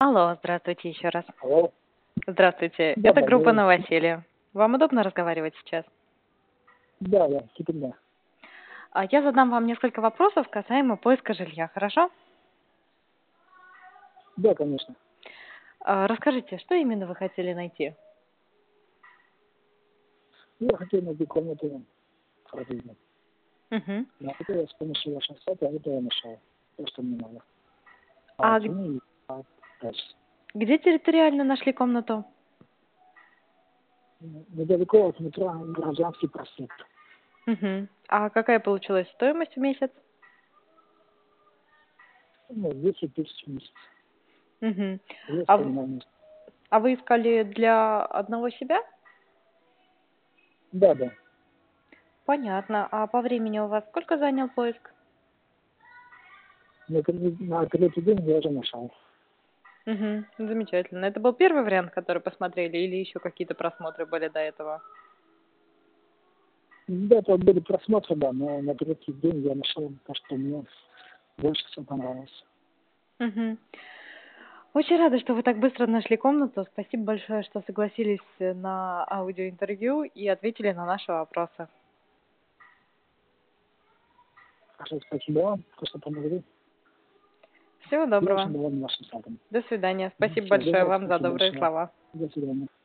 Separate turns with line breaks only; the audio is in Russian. Алло, здравствуйте еще раз.
Алло.
Здравствуйте,
Да,
это
да,
группа
говорите.
«Новоселье». Вам удобно разговаривать сейчас?
Да, да, теперь да.
А я задам вам несколько вопросов касаемо поиска жилья, хорошо?
Да, конечно.
А, Расскажите, что именно вы хотели найти?
Я хотел найти комнату в родине.
Мгм.
Но это я с помощью вашего сайта, а это я нашел. То, что мне надо.
А г-
цены и по качеству.
где территориально нашли комнату?
ну, Недалеко от метро Гражданский проспект.
Мгм. А какая получилась стоимость в месяц?
Ну, 10 тысяч в месяц.
Мгм.
Я
А в-
стоял на месте.
А вы искали для одного себя?
Да, да.
Понятно. А по времени у вас сколько занял поиск?
На, тре- на третий день я уже нашел.
Мгм. Замечательно. Это был первый вариант, который посмотрели, или еще какие-то просмотры были до этого?
Да, это были просмотры, да, но на третий день я нашел то, что мне больше всего понравилось.
Мгм. Очень рада, что вы так быстро нашли комнату. Спасибо большое, что согласились э, на аудиоинтервью и ответили на наши вопросы.
Хорошо, спасибо вам, то, что помогли.
Всего
Я
доброго.
очень доволен вашим сайтом.
До свидания. Спасибо
Всего
большое
доброго.
вам за
Спасибо
добрые
большое.
слова.
До свидания.